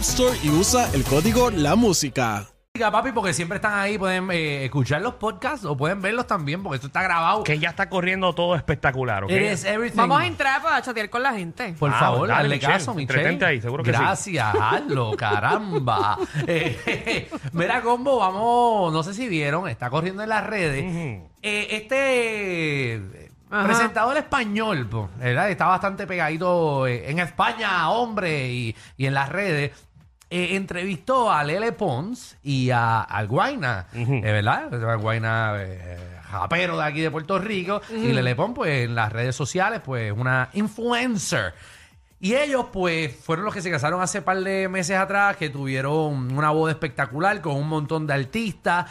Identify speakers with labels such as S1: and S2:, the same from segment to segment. S1: Store y usa el código La Música.
S2: Diga, papi, porque siempre están ahí, pueden eh, escuchar los podcasts o pueden verlos también, porque esto está grabado.
S3: Que ya está corriendo todo espectacular, ¿ok?
S2: It is everything.
S4: Vamos a entrar para chatear con la gente.
S2: Por
S3: Ah,
S2: favor,
S3: dale,
S2: dale
S3: Michelle,
S2: caso, Michelle.
S3: entretente ahí, seguro que sí.
S2: Gracias, hazlo, caramba. Eh, eh, mira, Combo, vamos, no sé si vieron, está corriendo en las redes.
S3: Ujú.
S2: Eh, este
S4: Ajá.
S2: presentador español, po, ¿verdad? Está bastante pegadito eh, en España, hombre, y, y en las redes. Eh, entrevistó a Lele Pons y a, al Guayna, eh, ¿verdad? Al Guayna, eh, rapero de aquí de Puerto Rico. Y Lele Pons, pues en las redes sociales, pues una influencer. Y ellos, pues, fueron los que se casaron hace par de meses atrás, que tuvieron una boda espectacular con un montón de artistas.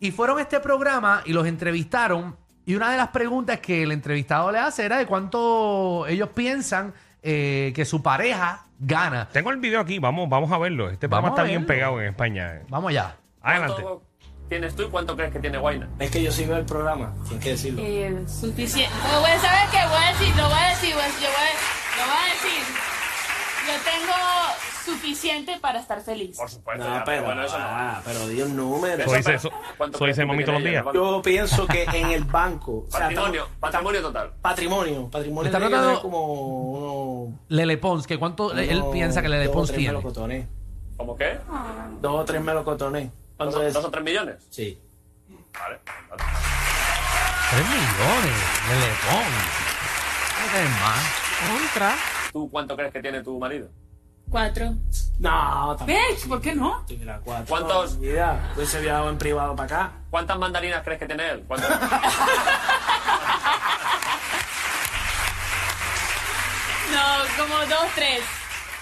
S2: Y fueron a este programa y los entrevistaron. Y una de las preguntas que el entrevistado le hace era de cuánto ellos piensan eh, que su pareja gana.
S3: Tengo el video aquí, vamos, vamos a verlo. Este programa
S2: Vamos a
S3: está bien
S2: verlo.
S3: pegado en España. eh.
S2: Vamos allá.
S3: Adelante.
S5: ¿Cuánto tienes tú y cuánto crees que tiene Guayna?
S6: Es que yo sigo el programa, tienes que decirlo.
S7: Eh, Dici- Lo voy a saber que voy a decir, lo voy a decir, pues, yo voy a, lo voy a decir. Yo tengo suficiente para estar feliz.
S5: Por supuesto.
S6: no,
S5: Pues, ya,
S6: pero,
S5: bueno, eso no.
S6: ah, pero di un número.
S3: Eso dice,
S5: pero-
S3: eso-
S5: ¿cuánto
S3: eso dice
S5: crees
S3: mami
S5: que
S3: todos los
S5: tiene
S3: días.
S5: ella?
S6: Yo pienso que en el banco. o sea,
S5: Patrimonio, patrimonio total.
S6: todo- patrimonio. Patrimonio
S2: Está
S6: debe tener
S2: anotado-
S6: como uno.
S2: Lele Pons, que cuánto le- él
S6: uno-
S2: piensa que Lele
S6: dos o
S2: Pons
S6: tres
S2: tiene.
S6: melocotones.
S5: ¿Cómo qué?
S6: Dos o tres melocotones.
S5: ¿Dos,
S6: ¿Cuánto es?
S5: dos o tres millones?
S6: Sí.
S5: Vale.
S2: Tres millones, Lele Pons. No tenés más.
S4: Contra.
S5: ¿Tú cuánto crees que tiene tu marido?
S7: Cuatro.
S6: No, tampoco.
S7: Bitch, ¿por qué no?
S6: Mira, cuatro.
S5: ¿Cuántos?
S6: Mira, yo se había dado en privado para acá.
S5: ¿Cuántas mandarinas crees que tiene él? ¿Cuántas?
S7: No, como dos, tres.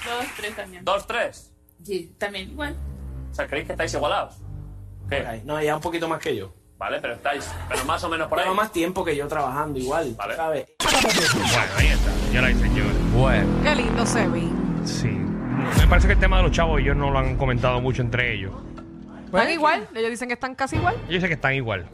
S7: Dos, tres también.
S5: ¿Dos, tres?
S7: Sí, también igual.
S5: O sea, ¿creéis que estáis igualados? ¿Qué?
S6: Ay, No, ella un poquito más que yo.
S5: Vale, pero estáis, pero más o menos por ahí.
S6: Pero más tiempo que yo trabajando igual,
S5: Vale.
S6: ¿sabes?
S3: Bueno, ahí está, señora y señores.
S2: Bueno.
S4: Qué lindo se ve.
S3: Sí. Me parece que el tema de los chavos ellos no lo han comentado mucho entre ellos.
S4: ¿Están igual? Ellos dicen que están casi igual.
S3: Yo sé que están igual.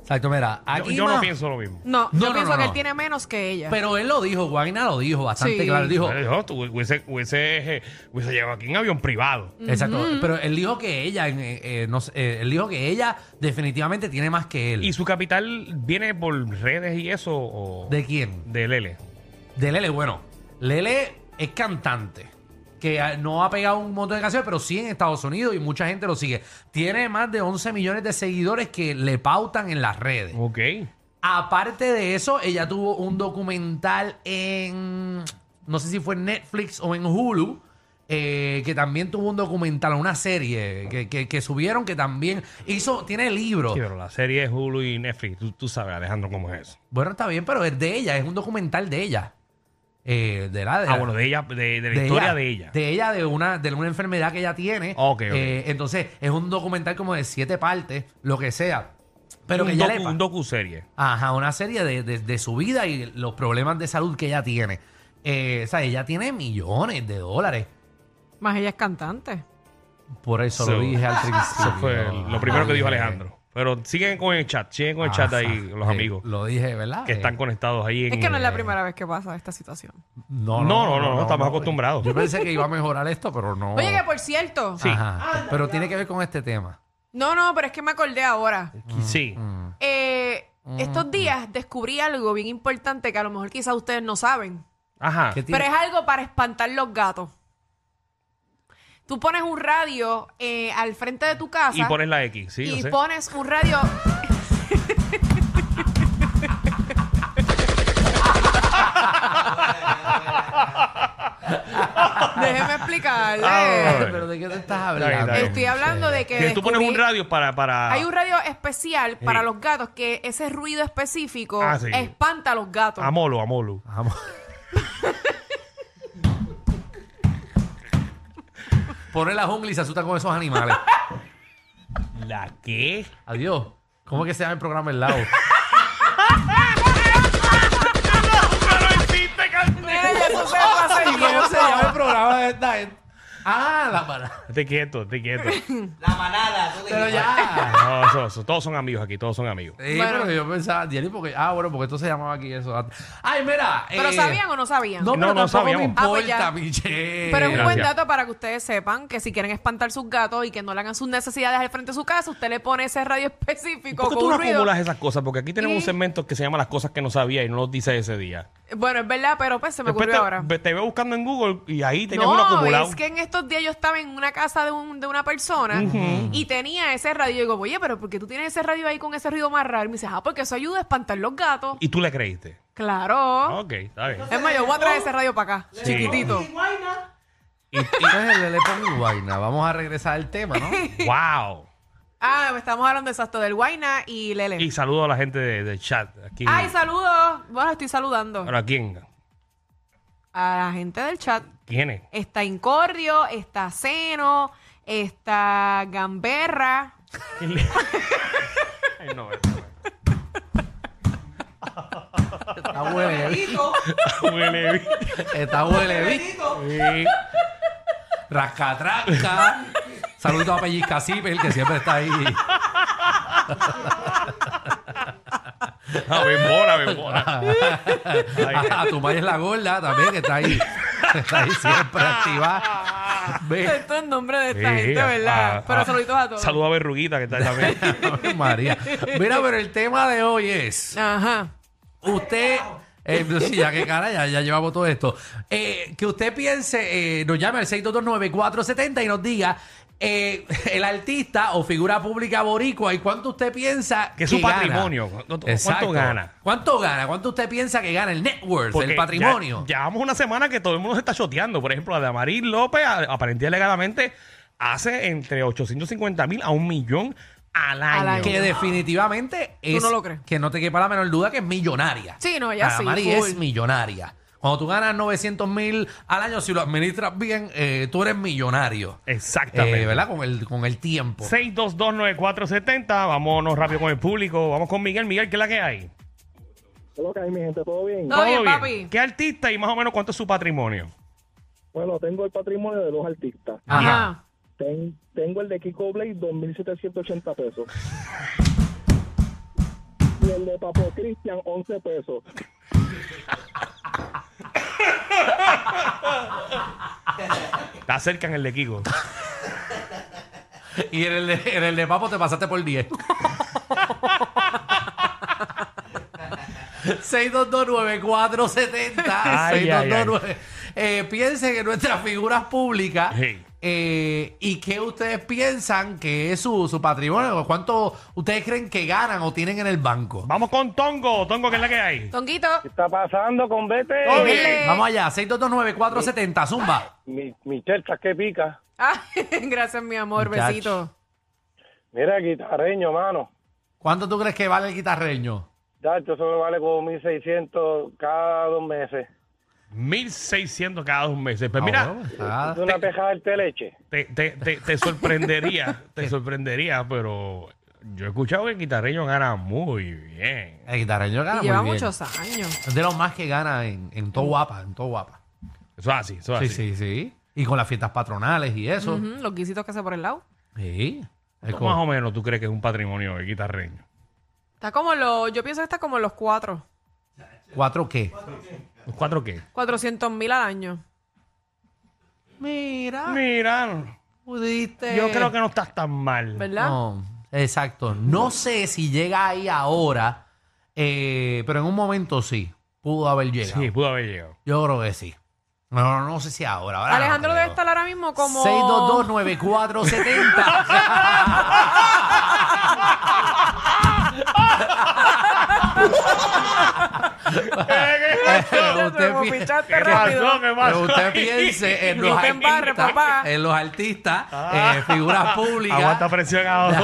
S2: Exacto, mira,
S3: Yo,
S2: aquí
S3: yo
S2: más-
S3: no pienso lo mismo.
S4: No,
S2: No,
S4: yo
S2: no,
S4: pienso
S2: no,
S4: que
S2: no.
S4: él tiene menos que ella.
S2: Pero él lo dijo, Guayna lo dijo bastante
S4: Sí.
S2: claro. Dijo,
S3: Pero yo, tú Hubiese, hubiese, eh, hubiese llegado aquí en avión privado.
S2: Exacto, pero él dijo que ella, en- eh, eh, no sé, eh, él dijo que ella definitivamente tiene más que él.
S3: ¿Y su capital viene por redes y eso? O
S2: ¿De quién?
S3: de Lele.
S2: De Lele, bueno, Lele es cantante, que ah, no ha pegado un montón de canciones, pero sí en Estados Unidos y mucha gente lo sigue. Tiene más de 11 millones de seguidores que le pautan en las redes.
S3: Ok.
S2: Aparte de eso, ella tuvo un documental en, no sé si fue en Netflix o en Hulu, eh, que también tuvo un documental, una serie que, que- que subieron, que también hizo, tiene libros.
S3: Sí, pero la serie es Hulu y Netflix. Tú, tú sabes, Alejandro, cómo es eso.
S2: Bueno, está bien, pero es de ella, es un documental de ella. Eh, de la, de
S3: Ah,
S2: la-
S3: bueno, de ella, de, de la historia de ella.
S2: De ella, de una, de una enfermedad que ella tiene.
S3: Ok, ok.
S2: Eh, entonces, es un documental como de siete partes, lo que sea. Pero
S3: un,
S2: que ella
S3: docu,
S2: le pa-
S3: un docuserie.
S2: Ajá, una serie de, de- de su vida y los problemas de salud que ella tiene. Eh, o sea, ella tiene millones de dólares.
S4: Más ella es cantante.
S2: Por eso
S3: So,
S2: lo dije al principio.
S3: Eso fue lo primero que dijo Alejandro. Pero siguen con el chat, siguen con el chat
S2: Ajá.
S3: ahí los
S2: Eh,
S3: amigos
S2: Lo dije, ¿verdad?
S3: que
S2: Eh,
S3: están conectados ahí. En,
S4: Es que no es la
S3: eh,
S4: primera vez que pasa esta situación.
S2: No,
S3: No, no, no, no, estamos acostumbrados.
S2: Yo pensé que iba a mejorar esto, pero no.
S4: Oye, que por cierto.
S2: Ajá. Pero tiene que ver con este tema.
S4: No, no, pero es que me acordé ahora.
S3: Sí.
S2: Mm.
S4: Eh, Estos días descubrí algo bien importante que a lo mejor quizás ustedes no saben.
S3: Ajá.
S2: ¿Qué
S4: Pero
S2: tiene?
S4: es algo para espantar los gatos. Tú pones un radio eh, al frente de tu casa
S3: Y pones la X, sí, yo
S4: y
S3: sé.
S4: pones un radio. Déjeme explicarle.
S3: Ah, bueno.
S2: Pero de qué te estás
S3: bien, está
S2: hablando.
S3: bien.
S4: Estoy hablando de que.
S3: Que tú pones un
S4: descubrí-
S3: radio para... para...
S4: Hay un radio especial para
S3: Sí.
S4: los gatos que ese ruido específico
S3: Ah, sí.
S4: espanta a los gatos.
S3: Amolo, amolo.
S2: Vamos. Pone la jungla y se asusta con esos animales.
S3: ¿La qué?
S2: Adiós. ¿Cómo que se llama el programa El Lado?
S4: Mira, ya tú sabes, pasa el
S2: ¿Cómo se
S4: tiempo.
S2: llama el programa de esta gente? Ah, la para.
S3: Esté quieto, esté quieto.
S8: La manada, tú
S2: Pero
S8: dijiste.
S2: ya.
S3: No, eso, eso, todos son amigos aquí, todos son amigos.
S2: Sí,
S4: Bueno.
S2: pero yo pensaba, Dieli, porque. Ah, bueno, porque esto se llamaba aquí eso. Ay, mira.
S4: ¿Pero
S2: eh,
S4: sabían o no sabían?
S2: No, pero
S3: No, no
S2: tampoco me
S3: sabíamos.
S2: importa,
S4: Ah, pues ya.
S2: Michelle.
S4: Pero es un buen
S3: Gracias.
S4: dato para que ustedes sepan que si quieren espantar sus gatos y que no le hagan sus necesidades al frente de su casa, usted le pone ese radio específico
S3: ¿Por qué
S4: con
S3: tú no
S4: ruido.
S3: acumulas esas cosas? Porque aquí tenemos
S4: Y-
S3: un segmento que se llama Las cosas que no sabía y no los dice ese día.
S4: Bueno, es verdad, pero pues se me
S3: Después
S4: ocurrió
S3: te,
S4: ahora.
S3: ve- te veo buscando en Google y ahí tenías uno
S4: No,
S3: acumulado.
S4: es que en estos días yo estaba en una casa de, un- de una persona y tenía ese radio. Y digo, oye, pero ¿por qué tú tienes ese radio ahí con ese ruido más raro? Y me dice, ah, porque eso ayuda a espantar los gatos.
S3: Y tú le creíste.
S4: Claro.
S3: Ok, está bien.
S4: Es más, yo voy a traer ese radio para acá,
S3: Sí.
S4: chiquitito.
S2: Entonces, le- le pongo guayna. Vamos a regresar al tema, ¿no?
S3: ¡Wow!
S4: Ah, estamos hablando exacto del Guayna y Lele.
S3: Y saludo a la gente de- del chat. Aquí.
S4: Ay, saludos. Bueno, estoy saludando
S3: Ahora, ¿quién?
S4: a la gente del chat.
S3: ¿Quién es?
S4: Está Incordio, está Seno, está Gamberra.
S3: ¿Quién le- Ay, no, eh. no, no.
S2: Está huele,
S8: Pedito,
S3: Huele bien.
S2: está huele, bicho.
S8: pedito.
S3: Sí.
S2: Rascatranca. Saludo a Pellizca el que siempre está ahí.
S3: Ah, bembola, bembola. Ahí está.
S2: A tu madre es la gorda también, que está ahí. Está ahí siempre activa. Ve.
S4: Esto es nombre de esta
S3: Sí,
S4: gente,
S3: a-
S4: ¿verdad?
S3: a-
S4: Pero saluditos a todos.
S3: Saludo a Verruguita, que está ahí también.
S2: Ave María. Mira, pero el tema de hoy es.
S4: Ajá.
S2: Usted. eh, pues sí, ya que cara, ya, ya llevamos todo esto. Eh, que usted piense, eh, nos llame al 6229470 y nos diga eh, el artista o figura pública boricua y cuánto usted piensa
S3: Que es su
S2: gana.
S3: patrimonio. ¿Cuánto-
S2: Exacto.
S3: ¿Cuánto gana?
S2: ¿Cuánto gana? ¿Cuánto usted piensa que gana el net worth,
S3: Porque
S2: el
S3: ya-
S2: patrimonio?
S3: llevamos una semana que todo el mundo se está choteando. Por ejemplo, la de Amaril López, a- aparentemente alegadamente, hace entre 850 mil a un millón al año.
S4: año.
S2: Que definitivamente es.
S4: Ah, no lo crees.
S2: Que no te quepa la menor duda que es millonaria.
S4: Sí, no, ya
S2: Ana
S4: sí,
S2: Mari
S4: full.
S2: es millonaria. Cuando tú ganas 900 mil al año, si lo administras bien, eh, tú eres millonario.
S3: Exactamente.
S2: Eh, ¿Verdad? Con el, con el tiempo.
S3: 6229470. Vámonos rápido con el público. Vamos con Miguel. Miguel, ¿qué es la que hay?
S9: Hola, mi gente, ¿todo bien?
S4: Todo bien, papi.
S3: ¿Qué artista y más o menos cuánto es su patrimonio?
S9: Bueno, tengo el patrimonio de dos artistas.
S4: Ajá.
S9: Ten- tengo el de Kiko Blade, 2.780 pesos. Y el de Papo Cristian, 11 pesos.
S3: Está cerca en el de Kiko.
S2: Y en el, de, en el de Papo te pasaste por 10. 6229470.
S3: Ay, ay,
S2: 622-9. Eh, piensen en nuestras figuras públicas
S3: Sí.
S2: eh, y qué ustedes piensan que es su, su patrimonio. ¿Cuánto ustedes creen que ganan o tienen en el banco?
S3: Vamos con Tongo. Tongo, ¿qué es la que hay?
S4: Tonguito.
S9: está pasando con Vete?
S3: Todo bien.
S4: Dile.
S2: Vamos allá, 6229470, Zumba.
S9: Mi, mi chelcha, qué pica.
S4: Ah, gracias, mi amor.
S2: Muchacho.
S4: Besito.
S9: Mira, guitarreño, mano.
S2: ¿Cuánto tú crees que vale el guitarreño?
S9: Dacho, eso me vale como 1.600 cada dos meses.
S3: 1.600 cada dos meses. Pues mira,
S2: Ah, bueno, está-
S9: Es una pejada de leche.
S3: Te, te, te, te sorprendería, te sorprendería, pero yo he escuchado que el guitarreño gana muy bien.
S2: el guitarreño
S3: Ah,
S2: gana
S4: Y lleva
S2: muy bien.
S4: muchos años.
S2: Es de los más que gana en, en todo guapa, en todo guapa.
S3: Eso es así, eso es
S2: Sí, sí,
S3: así.
S2: sí. Y con las fiestas patronales y eso.
S4: Ah, Ujú, los guisitos que hace por el lado.
S2: Sí. Es
S3: ¿Tú Más o
S2: como-
S3: menos tú crees que es un patrimonio el guitarreño.
S4: Está como los. Yo pienso que está como los cuatro.
S2: ¿Cuatro qué?
S3: ¿Los cuatro qué?
S4: 400 mil al año.
S2: Mira,
S3: Mira,
S2: pudiste.
S3: yo creo que no estás tan mal.
S4: Este, ¿Verdad?
S2: No, exacto. No sé si llega ahí ahora, eh, pero en un momento sí. pudo haber llegado.
S3: Sí, pudo haber llegado.
S2: Yo creo que sí. No, no, no sé si ahora. ahora
S4: Alejandro
S2: no
S4: debe
S2: creo.
S4: estar ahora mismo como...
S2: 622-9470.
S4: Te mopichaste
S3: ¿Qué
S4: rápido.
S3: pasó? ¿Qué pasó?
S2: Pero usted piense en
S4: No
S2: los
S4: te embarres,
S2: artistas,
S4: papá.
S2: en los artistas
S3: Ah.
S2: eh, figuras
S3: Aguanta
S2: públicas.
S3: presión ahora.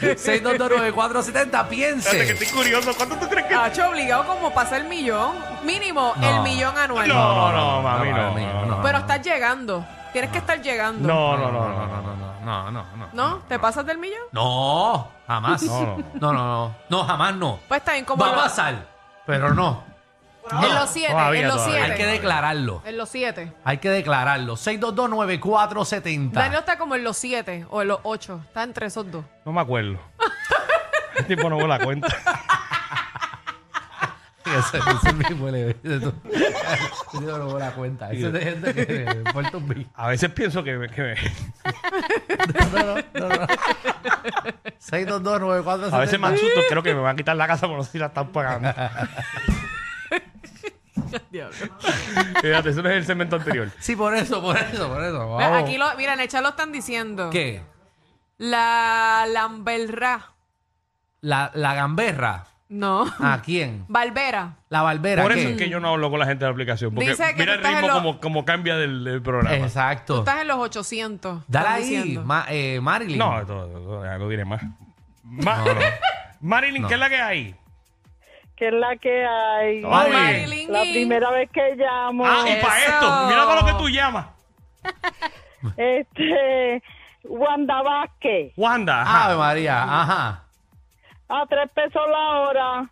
S2: 6229470,
S3: Espérate que
S2: piense.
S3: estoy curioso. ¿Cuánto tú crees que.?
S4: Hacho obligado como pasa el millón. Mínimo
S2: No.
S4: el millón anual.
S3: No, no, no, mami, no.
S2: mami,
S3: no, no.
S4: Pero estás llegando. Tienes que estar llegando.
S3: No, no, no, no,
S2: no,
S3: no.
S2: no, no, no, no.
S4: ¿No? ¿Te pasas del millón?
S2: No, jamás.
S3: No, no,
S2: no, no, no, no, jamás no.
S4: Pues está bien, como
S2: Va a
S4: lo-
S2: pasar, pero no.
S4: en los siete,
S3: todavía,
S4: en los
S3: todavía.
S2: Hay que
S4: siete.
S2: declararlo.
S4: En los siete.
S2: Hay que declararlo. 6229470.
S4: Daniel está como en los siete o en los ocho. Está entre esos dos.
S3: No me acuerdo. El tipo no me la cuenta.
S2: Ese, ese mismo le- Yo no me la cuenta. Ese es de gente que de Puerto Rico.
S3: A veces pienso que. me- que me-
S2: No, no, no, no. 6229470.
S3: a veces me asusto. Creo que me van a quitar la casa por no sé si la están pagando. Fíjate, eso no es el segmento anterior.
S2: Sí, por eso, por eso, por eso.
S4: Ve,
S2: Vamos.
S4: Aquí lo, mira, en el chat lo están diciendo.
S2: ¿Qué?
S4: La Lamberra.
S2: La, la gamberra.
S4: No.
S2: ¿A quién?
S4: Barbera.
S2: La barbera.
S3: Por
S2: ¿qué?
S3: eso es que yo no hablo con la gente de la aplicación. Porque
S4: Dice que
S3: mira
S4: tú
S3: el
S4: estás
S3: ritmo
S4: en lo-
S3: como, como cambia del, del programa.
S4: Tú
S2: Exacto.
S4: estás en los 800.
S2: Dale
S4: están
S2: ahí,
S4: diciendo.
S2: Ma- eh, Marilyn.
S3: No, esto- esto- ya lo diré más. Ma- Marilyn, ¿qué es la que hay?
S10: que es la que hay.
S3: Toma.
S4: Ah.
S3: Marilyn.
S4: Marilyn.
S10: La primera vez que llamo,
S3: Ah, y para
S4: Eso.
S3: esto, mira para lo que tú llamas.
S10: este, Wanda Vázquez,
S3: Wanda. ajá.
S2: Ave María, ajá.
S10: a tres pesos la hora.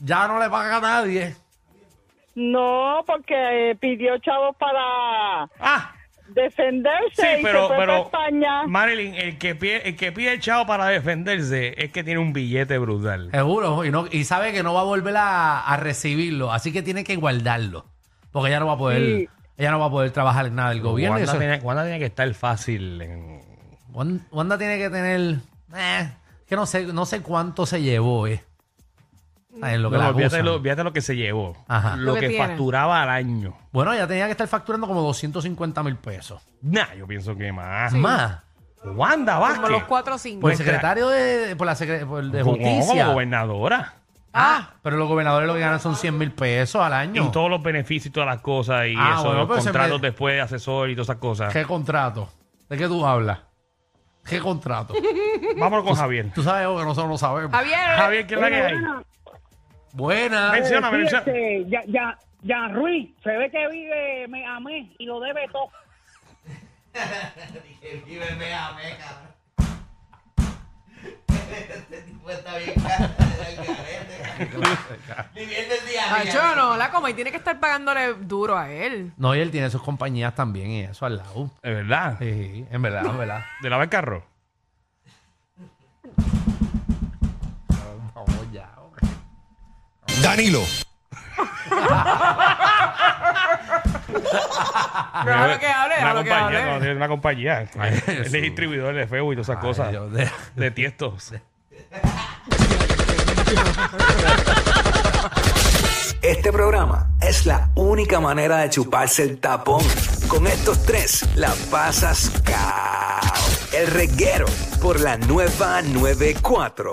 S2: Ya no le paga a nadie.
S10: No, porque eh, pidió chavos para
S3: Ah,
S10: defenderse
S3: sí,
S10: y se
S3: pero,
S10: fue para
S3: pero
S10: España.
S3: Marilyn, el que, pide, el que pide el chavo para defenderse es que tiene un billete brutal.
S2: Seguro. Y, no, y sabe que no va a volver a, a recibirlo. Así que tiene que guardarlo. Porque ella no va a poder,
S10: Sí.
S2: ella no va a poder trabajar en nada del gobierno. y
S3: Wanda,
S2: eso-
S3: tiene, Wanda tiene que estar fácil. en-
S2: Wan- Wanda tiene que tener. eh, que no sé, no sé cuánto se llevó, eh. Ah, en lo que
S3: No,
S2: la
S3: olvídate,
S2: acusan.
S3: lo, olvídate lo que se llevó.
S2: Ajá.
S3: Lo,
S4: Lo que
S3: que,
S4: tiene.
S3: facturaba al año.
S2: Bueno, ella tenía que estar facturando como 250 mil pesos.
S3: Nah, yo pienso que más.
S2: Más.
S3: Wanda
S4: Como
S2: Ah,
S3: Vázquez.
S4: los 4 o 5.
S2: Por el
S3: Nuestra-
S2: secretario de, por la secre- por el de
S3: Pues, Como-
S2: justicia.
S3: Como gobernadora.
S2: Ah, pero los gobernadores lo que ganan son 100 mil pesos al año.
S3: Y todos los beneficios y todas las cosas. Y
S2: Ah,
S3: eso,
S2: bueno,
S3: los
S2: pues, en
S3: contratos
S2: vez-
S3: después de asesor y todas esas cosas.
S2: ¿Qué contrato? ¿De qué tú hablas? ¿Qué contrato?
S3: Vámonos con Javier.
S2: tú sabes algo que nosotros no sabemos.
S4: Javier.
S3: Javier, ¿qué es la que hay?
S2: Buena.
S3: Menciona, menciona.
S10: ya, ya, ya Ruiz, se ve que vive me amé y lo debe todo.
S8: Dije, vive, me amé, cabrón. Este tipo está bien caro, el carete, cabrón. Viviendo el día a
S4: Ay,
S8: día.
S4: yo no, la coma y tiene que estar pagándole duro a él.
S2: No, y él tiene sus compañías también y eso al lado.
S3: Es verdad.
S2: Sí, sí, en verdad, en verdad.
S3: De lavar carro.
S2: Vamos ya. ok.
S11: Danilo,
S4: Pero a lo que hable, a
S3: Una
S4: lo que
S3: compañía, no,
S4: hable.
S3: tiene una compañía.
S2: Ay,
S3: Es
S2: Jesús.
S3: distribuidor de feo y todas esas
S2: Ay,
S3: cosas.
S2: Dios, de-
S3: De tiestos.
S12: Este programa es la única manera de chuparse el tapón. Con estos tres la pasas cao. El reguero por la nueva 94.